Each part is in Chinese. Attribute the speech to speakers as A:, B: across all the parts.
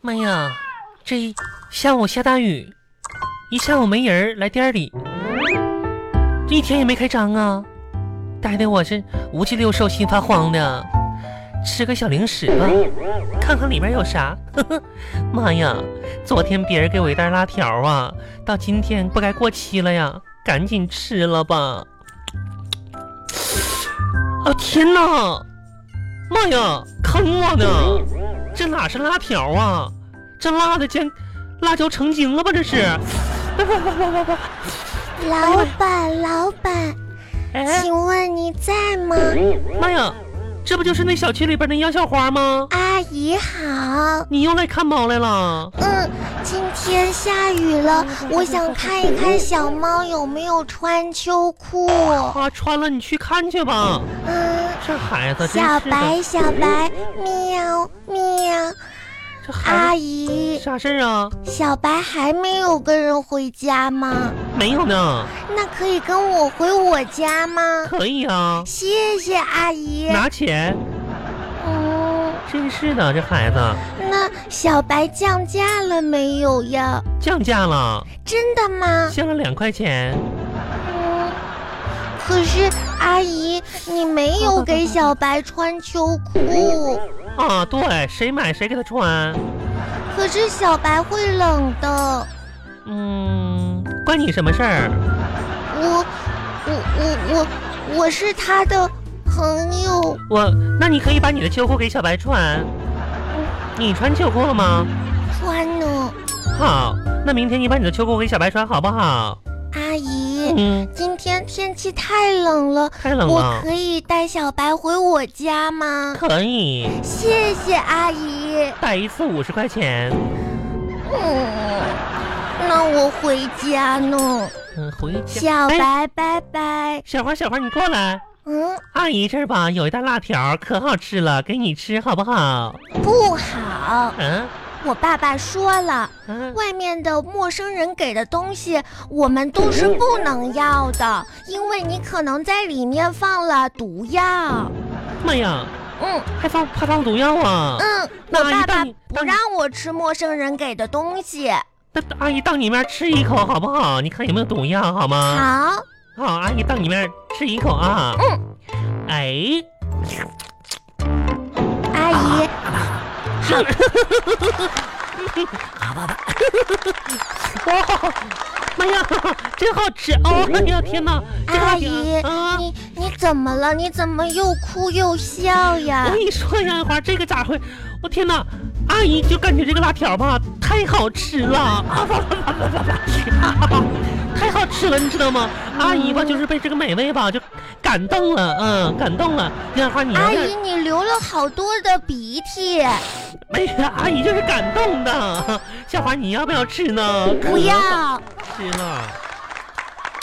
A: 妈呀，这下午下大雨，一下午没人儿来店里，这一天也没开张啊，待的我是五脊六兽、心发慌的。吃个小零食吧，看看里面有啥。 呵呵妈呀，昨天别人给我一袋辣条啊，到今天不该过期了呀，赶紧吃了吧。哦天哪！妈呀，坑我呢！这哪是辣条啊？这辣的见辣椒成精了吧？这是！
B: 老板，老板，
A: 哎，
B: 请问你在吗？
A: 妈呀，这不就是那小区里边那杨小花吗？
B: 阿姨好。
A: 你又来看猫来了？
B: 嗯，今天下雨了，我想看一看小猫有没有穿秋裤。
A: 啊，穿了你去看去吧。
B: 嗯，
A: 这孩子真
B: 小
A: 是
B: 白，
A: 的，
B: 小白，喵喵。
A: 这孩
B: 阿
A: 子
B: 姨，
A: 啥事儿啊？
B: 小白还没有跟人回家吗？
A: 没有呢，
B: 那可以跟我回我家吗？
A: 可以啊，
B: 谢谢阿姨。
A: 拿钱，
B: 嗯，
A: 真是的，这孩子
B: 那小白降价了没有呀？
A: 降价了，
B: 真的吗？
A: 降了两块钱。
B: 嗯，可是阿姨，你 没有给小白穿秋裤，
A: 啊，对，谁买谁给他穿。
B: 可是小白会冷的。
A: 嗯，关你什么事儿？
B: 我，我，我，我，我是他的朋友。
A: 我，那你可以把你的秋裤给小白穿。你穿秋裤了吗？
B: 穿呢，
A: 好，那明天你把你的秋裤给小白穿好不好？
B: 阿姨。
A: 嗯，
B: 今天天气太冷了，
A: 太冷啊
B: 我
A: 了。
B: 可以带小白回我家吗？
A: 可以，
B: 谢谢阿姨。
A: 带一次五十块钱。
B: 嗯，那我回家呢。
A: 嗯，回家。
B: 小
A: 哎
B: 白，拜拜。
A: 小花，小花，你过来，
B: 嗯，
A: 阿姨这儿吧，有一袋辣条，可好吃了，给你吃好不好？
B: 不好，
A: 嗯
B: 我爸爸说了，
A: 嗯，
B: 外面的陌生人给的东西我们都是不能要的，因为你可能在里面放了毒药。
A: 妈呀，
B: 嗯
A: 还放怕放毒药啊？
B: 嗯，
A: 那
B: 我
A: 阿姨
B: 爸爸
A: 当你
B: 不
A: 当你
B: 让我吃陌生人给的东西。
A: 那阿姨当你面吃一口好不好？你看有没有毒药好吗？
B: 好。
A: 好，阿姨当你面吃一口啊。嗯，哎，
B: 阿姨，
A: 哇，妈哎呀，真好吃哦！哎呀，天哪，这个
B: 嗯阿
A: 辣条
B: 姨，
A: 啊！
B: 你你怎么了？你怎么又哭又笑
A: 我
B: 呀？
A: 跟你说，杨爱花，这个咋会？我天哪！阿姨就感觉这个辣条吧，太好吃了， 啊吧吧吧吧吧吧，太好吃了，你知道吗？阿姨吧，就是被这个美味吧，就感动了，嗯，感动了。杨爱花，你要
B: 阿
A: 是
B: 姨，你流了好多的鼻涕，
A: 没事，阿姨就是感动的。 小花，你要不要吃呢？
B: 不要
A: 吃了，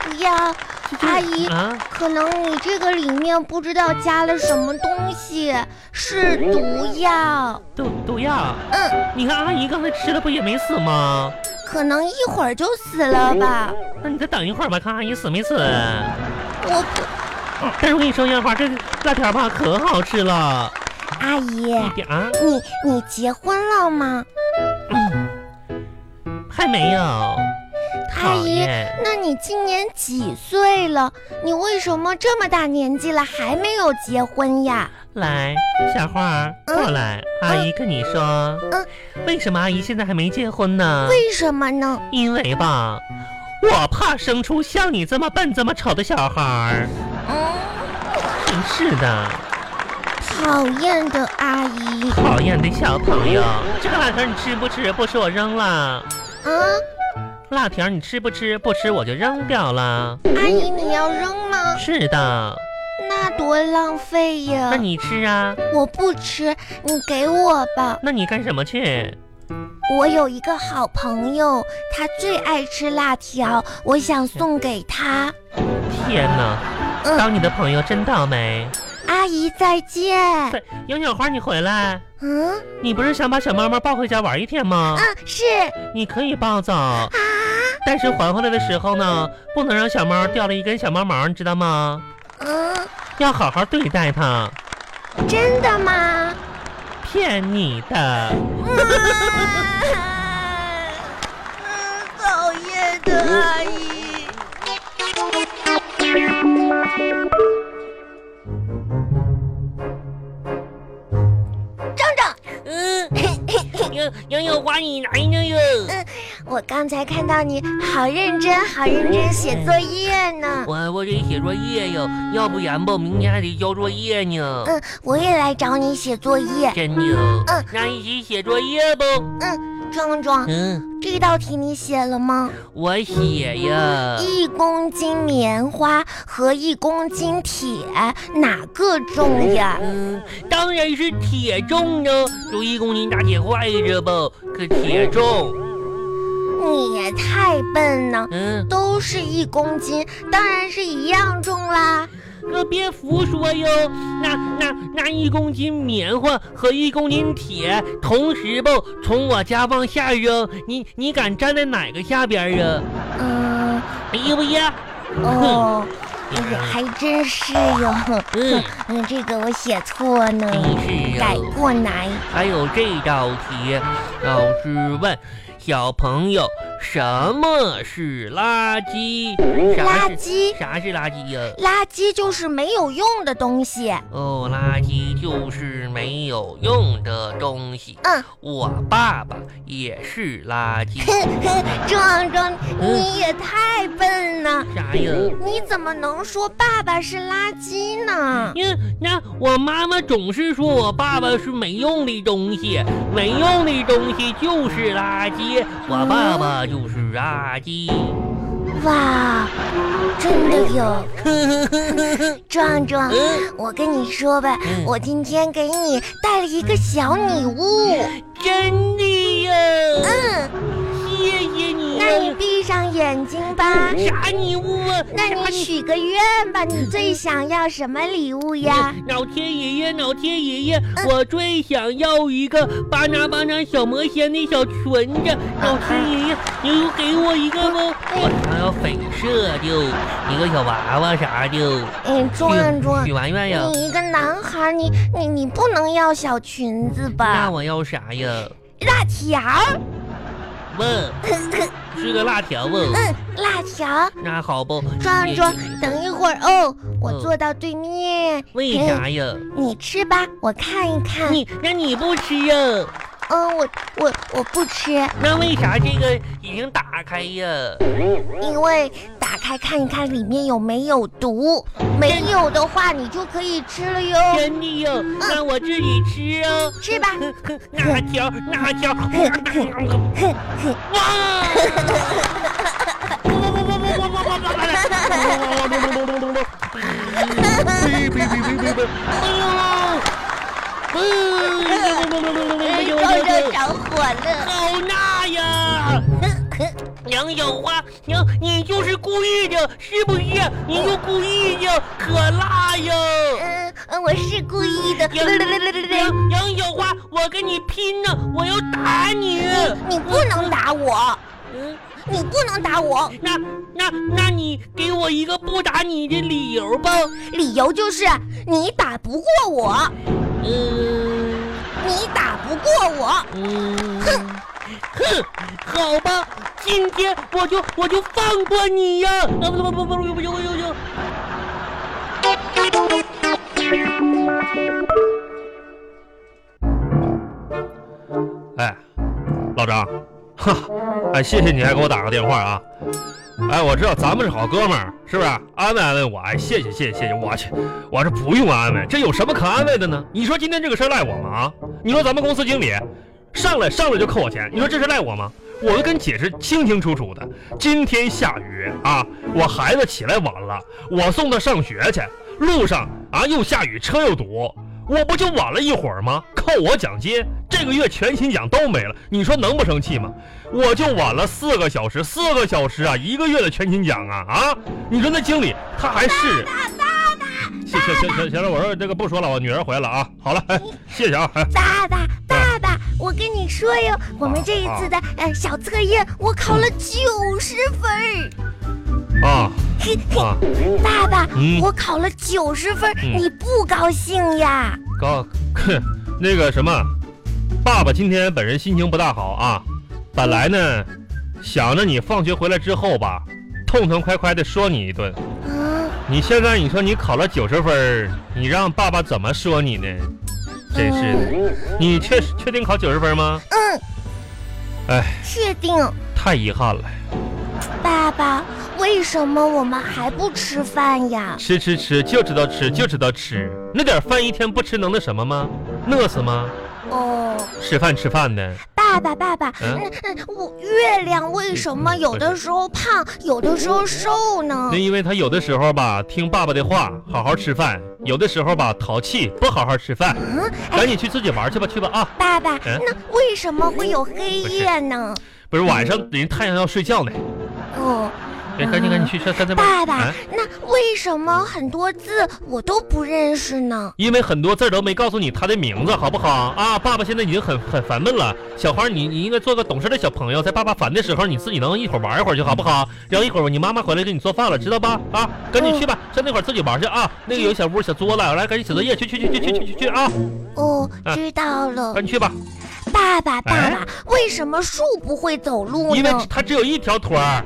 B: 不要，
A: 这这
B: 阿姨，
A: 啊，
B: 可能你这个里面不知道加了什么东西，是毒药，
A: 毒毒药，
B: 嗯，
A: 你看阿姨刚才吃了不也没死吗？
B: 可能一会儿就死了吧。
A: 那你再等一会儿吧，看阿姨死没死。
B: 我不，
A: 但是我跟你说，杨花，这个辣条吧可好吃了，
B: 阿姨，
A: 一点啊，
B: 你你结婚了吗？
A: 还没有。
B: 阿
A: 讨
B: 姨
A: 厌，
B: 那你今年几岁了？你为什么这么大年纪了还没有结婚呀？
A: 来，小花过来，阿姨跟你说
B: 嗯，
A: 为什么阿姨现在还没结婚呢？
B: 为什么呢？
A: 因为吧，我怕生出像你这么笨、这么丑的小孩儿。
B: 嗯，
A: 真是的，
B: 讨厌的阿姨。
A: 讨厌的小朋友。这个辣条你吃不吃？不吃我扔了。
B: 嗯，
A: 辣条你吃不吃？不吃我就扔掉了。
B: 阿姨你要扔吗？
A: 是的，
B: 那多浪费呀
A: 那！你吃啊？
B: 我不吃，你给我吧。
A: 那你干什么去？
B: 我有一个好朋友，他最爱吃辣条，我想送给他。
A: 天哪，
B: 嗯，
A: 当你的朋友真倒霉。
B: 阿姨再见。
A: 对，杨小花，你回来。
B: 嗯
A: 你不是想把小猫猫抱回家玩一天吗？
B: 嗯，是
A: 你可以抱走，但是还回来的时候呢，不能让小猫掉了一根小毛毛，你知道吗？
B: 嗯，
A: 要好好对待它。
B: 真的吗？
A: 骗你的。
B: 嗯讨厌的阿姨。正正，
A: 嗯，杨杨小花，你来那
B: 嗯
A: 个。
B: 我刚才看到你好认真，好认真写作业呢。
A: 我我得写作业哟，要不然吧，明天还得交作业呢。
B: 嗯，我也来找你写作业。
A: 真的
B: 嗯，
A: 那一起写作业不？
B: 壮壮，
A: 嗯，
B: 这道题你写了吗？
A: 我写呀。
B: 一公斤棉花和一公斤铁哪个重呀？
A: 嗯，当然是铁重呢，有一公斤大铁块着吧，可铁重。
B: 你也太笨了。
A: 嗯，
B: 都是一公斤，当然是一样重啦。
A: 那别胡说哟，那那那一公斤棉花和一公斤铁同时吧从我家往下扔，你你敢站在哪个下边儿啊？哎
B: 嗯，
A: 依不依？
B: 哦，哎呀，还真是哟。
A: 嗯，
B: 嗯，这个我写错
A: 哎
B: 呢，
A: 真是
B: 改
A: 啊。
B: 过来。
A: 还有这道题，老师问小朋友什么是垃圾？啥
B: 垃
A: 是
B: 圾，
A: 啥是垃圾呀、
B: 垃圾就是没有用的东西。
A: 哦，垃圾就是没有用的东西。
B: 嗯，
A: 我爸爸也是垃圾。
B: 壮壮，你也太笨了，
A: 啥呀？
B: 你怎么能说爸爸是垃圾呢？
A: 因为那我妈妈总是说我爸爸是没用的东西，没用的东西就是垃圾，我爸爸就是垃圾。
B: 哇，真的有， 壮壮。
A: 嗯，
B: 我跟你说吧，
A: 嗯
B: 我今天给你带了一个小礼物。
A: 真的呀，
B: 嗯，
A: 谢谢你
B: 那你
A: 呀。
B: 闭上眼睛吧。
A: 啥礼物啊？
B: 那
A: 啥
B: 你许个愿吧，你最想要什么礼物呀？嗯
A: 老天爷爷，老天爷爷，我最想要一个巴拿巴拿小魔仙的小裙
B: 嗯
A: 子。老天爷爷，你就给我一个吧，我
B: 哎
A: 想要粉色的，一个小娃娃啥的。
B: 哎，壮壮
A: 许，完愿呀？
B: 你一个男孩，你你你不能要小裙子
A: 那
B: 吧？
A: 我要啥呀？
B: 辣条，
A: 问，是个辣条问。
B: 嗯，啊辣条。
A: 那好不？
B: 壮壮，等一会儿哦，我
A: 嗯
B: 坐到对面。
A: 为
B: 嗯
A: 啥呀？
B: 你吃吧，我看一看。
A: 你那你不吃呀？
B: 嗯，我我我不吃。
A: 那为啥这个已经打开呀？
B: 因为打开看一看里面有没有毒，没有的话你就可以吃了哟。
A: 真的哟，那我自己吃哦。
B: 吃吧
A: 辣条，辣条，
B: 哼哼，
A: 哇！
B: 哎壮壮着火了。
A: 好辣呀！杨小花，娘，你就是故意的，是不是？你就故意的，可辣呀！
B: 嗯嗯，我是故意的。
A: 杨杨杨小花，我跟你拼呢！我要打你！
B: 你不能打我，
A: 嗯，
B: 你不能打我，
A: 那那那你给我一个不打你的理由吧。
B: 理由就是你打不过我，
A: 嗯
B: 你打不过我。
A: 嗯，哼，好吧，今天我就我就放过你呀！啊不不不不不不不不！
C: 哎，老张，哈，哎，谢谢你还给我打个电话啊！哎，我知道咱们是好哥们儿，是不是？安慰安慰我，哎，谢谢谢谢谢谢，我去，我这不用安慰，这有什么可安慰的呢？你说今天这个事儿赖我吗？啊，你说咱们公司经理上来上来就扣我钱，你说这事赖我吗？我都跟你解释清清楚楚的，今天下雨啊，我孩子起来晚了，我送他上学去，路上啊又下雨，车又堵，我不就晚了一会儿吗？扣我奖金，这个月全勤奖都没了，你说能不生气吗？我就晚了四个小时，四个小时啊，一个月的全勤奖啊啊！你说那经理他还是？行行行行行了，我说这个不说了，我女儿回来了啊。好了，哎，谢谢啊。哎
B: 爸爸，爸爸，我跟你说哟，我们这一次的呃小测验，我考了九十分儿。
C: 啊
B: 嘿嘿，
C: 啊，
B: 爸爸，
C: 嗯
B: 我考了九十分儿，
C: 嗯
B: 你不高兴呀？
C: 高，那个什么，爸爸今天本人心情不大好啊，本来呢想着你放学回来之后吧，痛痛快快的说你一顿。
B: 啊，
C: 你现在你说你考了九十分儿，你让爸爸怎么说你呢？真是的，你确实确定考九十分吗？
B: 嗯，
C: 哎，
B: 确定。
C: 太遗憾了，
B: 爸爸，为什么我们还不吃饭呀？
C: 吃吃吃就知道吃就知道吃，那点饭一天不吃能那什么吗？饿死吗？
B: 哦，
C: 吃饭吃饭
B: 嗯
C: 的，
B: 爸爸，爸爸，
C: 嗯
B: 嗯嗯，我月亮为什么有的时候胖，有的时候瘦呢
C: 那？因为他有的时候吧听爸爸的话好好吃饭，有的时候吧淘气不好好吃饭，
B: 嗯，
C: 赶紧去自己玩去吧去吧啊！
B: 爸爸，
C: 嗯
B: 那为什么会有黑夜呢？
C: 不是晚上人太阳要睡觉呢，
B: 哦，
A: 哎赶紧赶紧去上山这边。
B: 爸爸
C: 哎，
B: 那为什么很多字我都不认识呢？
C: 因为很多字儿都没告诉你他的名字，好不好啊？爸爸现在已经很很烦闷了，小花儿你你应该做个懂事的小朋友，在爸爸烦的时候，你自己能一会儿玩一会儿就好不好？然后一会儿你妈妈回来给你做饭了，知道吧？啊，赶紧去吧，上那块儿自己玩去啊！那个有小屋小桌子，来赶紧写作业，去去去去去去去去啊！
B: 哦，
C: 嗯
B: 知道了
C: 赶。紧去吧，
B: 爸爸，爸
C: 哎
B: 爸，为什么树不会走路
C: 因为
B: 呢？
C: 它只有一条腿儿，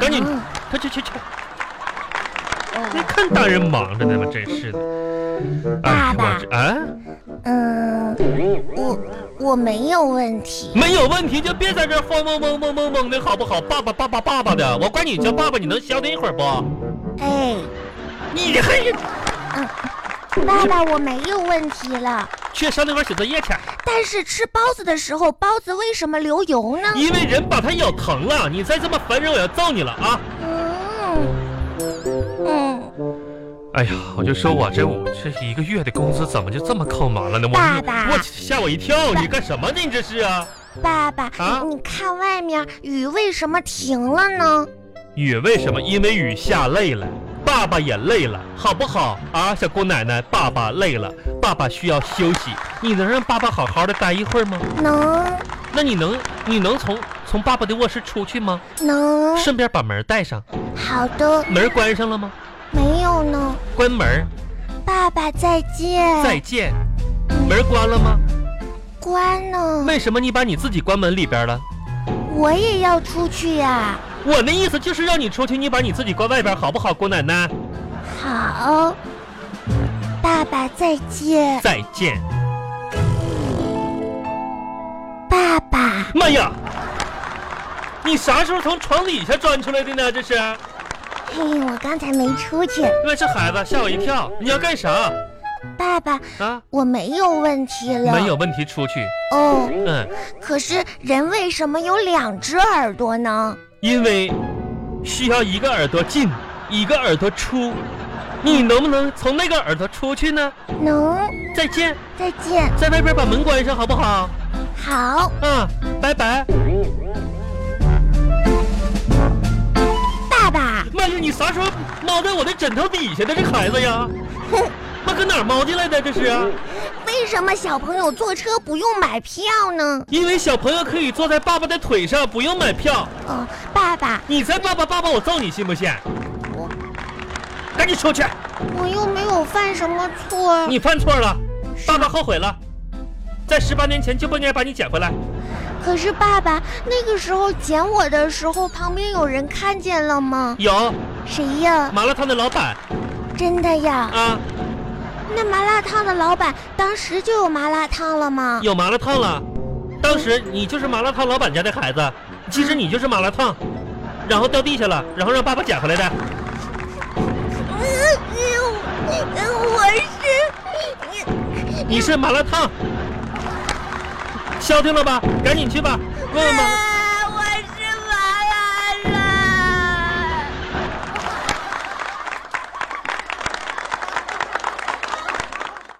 C: 赶紧
B: 啊
C: 快去去去！你
B: 哦
C: 看大人忙着呢嘛，真是的。
B: 爸
C: 哎，
B: 爸
C: 我这啊，
B: 嗯，我我没有问题。
C: 没有问题就别在这儿疯嗡嗡嗡嗡嗡的好不好？爸爸爸爸爸爸的，我管你叫爸爸，你能消停一会儿不？
B: 哎，
C: 你还
B: 爸爸，我没有问题了。
C: 去上那块写作业去，
B: 但是吃包子的时候，包子为什么流油呢？
C: 因为人把它咬疼了。你再这么烦人，我要揍你了啊！
B: 嗯嗯，
C: 哎呀，我就说我这我这一个月的工资怎么就这么扣满了呢？我
B: 爸爸
C: 我吓我一跳，
B: 爸
C: 你干什么呢？你这是啊？
B: 爸爸，
C: 啊
B: 你你看外面雨为什么停了呢？
C: 雨为什么？因为雨下累了，爸爸也累了，好不好啊？小姑奶奶，爸爸累了，爸爸需要休息。你能让爸爸好好的待一会儿吗？
B: 能
C: 那你能你能从从爸爸的卧室出去吗？
B: 能，
C: 顺便把门带上，
B: 好的，
C: 门关上了吗？
B: 没有呢。
C: 关门，
B: 爸爸再见。
C: 再见。门关了吗？
B: 关呢？
C: 为什么你把你自己关门里边了？
B: 我也要出去呀、
C: 我那意思就是让你出去，你把你自己关外边，好不好，姑奶奶？
B: 好，爸爸再见。
C: 再见。
B: 爸爸，
C: 妈呀，你啥时候从床底下钻出来的呢？这是，
B: 嘿，我刚才没出去。
C: 那是孩子，吓我一跳。你要干啥
B: 爸爸，
C: 啊？
B: 我没有问题了。
C: 没有问题，出去。
B: 哦，
C: 嗯，
B: 可是人为什么有两只耳朵呢？
C: 因为需要一个耳朵进，一个耳朵出。你能不能从那个耳朵出去呢？
B: 能，
C: 再见，
B: 再见。
C: 在外边把门关上，好不好？
B: 好，
C: 啊，拜拜。
B: 爸爸，
C: 妈呀，你啥时候猫在我的枕头底下的这孩子呀？哼，那搁哪儿猫进来的？这是啊，
B: 为什么小朋友坐车不用买票呢？
C: 因为小朋友可以坐在爸爸的腿上，不用买票。
B: 哦，爸爸，
C: 你再爸爸爸爸，我揍你，信不信？
B: 我
C: 赶紧出去！
B: 我又没有犯什么错儿。
C: 你犯错了，爸爸后悔了，在十八年前就不应该把你捡回来。
B: 可是爸爸，那个时候捡我的时候，旁边有人看见了吗？
C: 有
B: 谁呀？
C: 麻辣烫的老板
B: 真的呀？
C: 啊，
B: 那麻辣烫的老板当时就有麻辣烫了吗？
C: 有麻辣烫了。当时你就是麻辣烫老板家的孩子，其实你就是麻辣烫，然后掉地下了，然后让爸爸捡回来的。
B: 嗯嗯嗯我是啊
C: 你是麻辣烫，消停了吧？赶紧去吧，问问吧。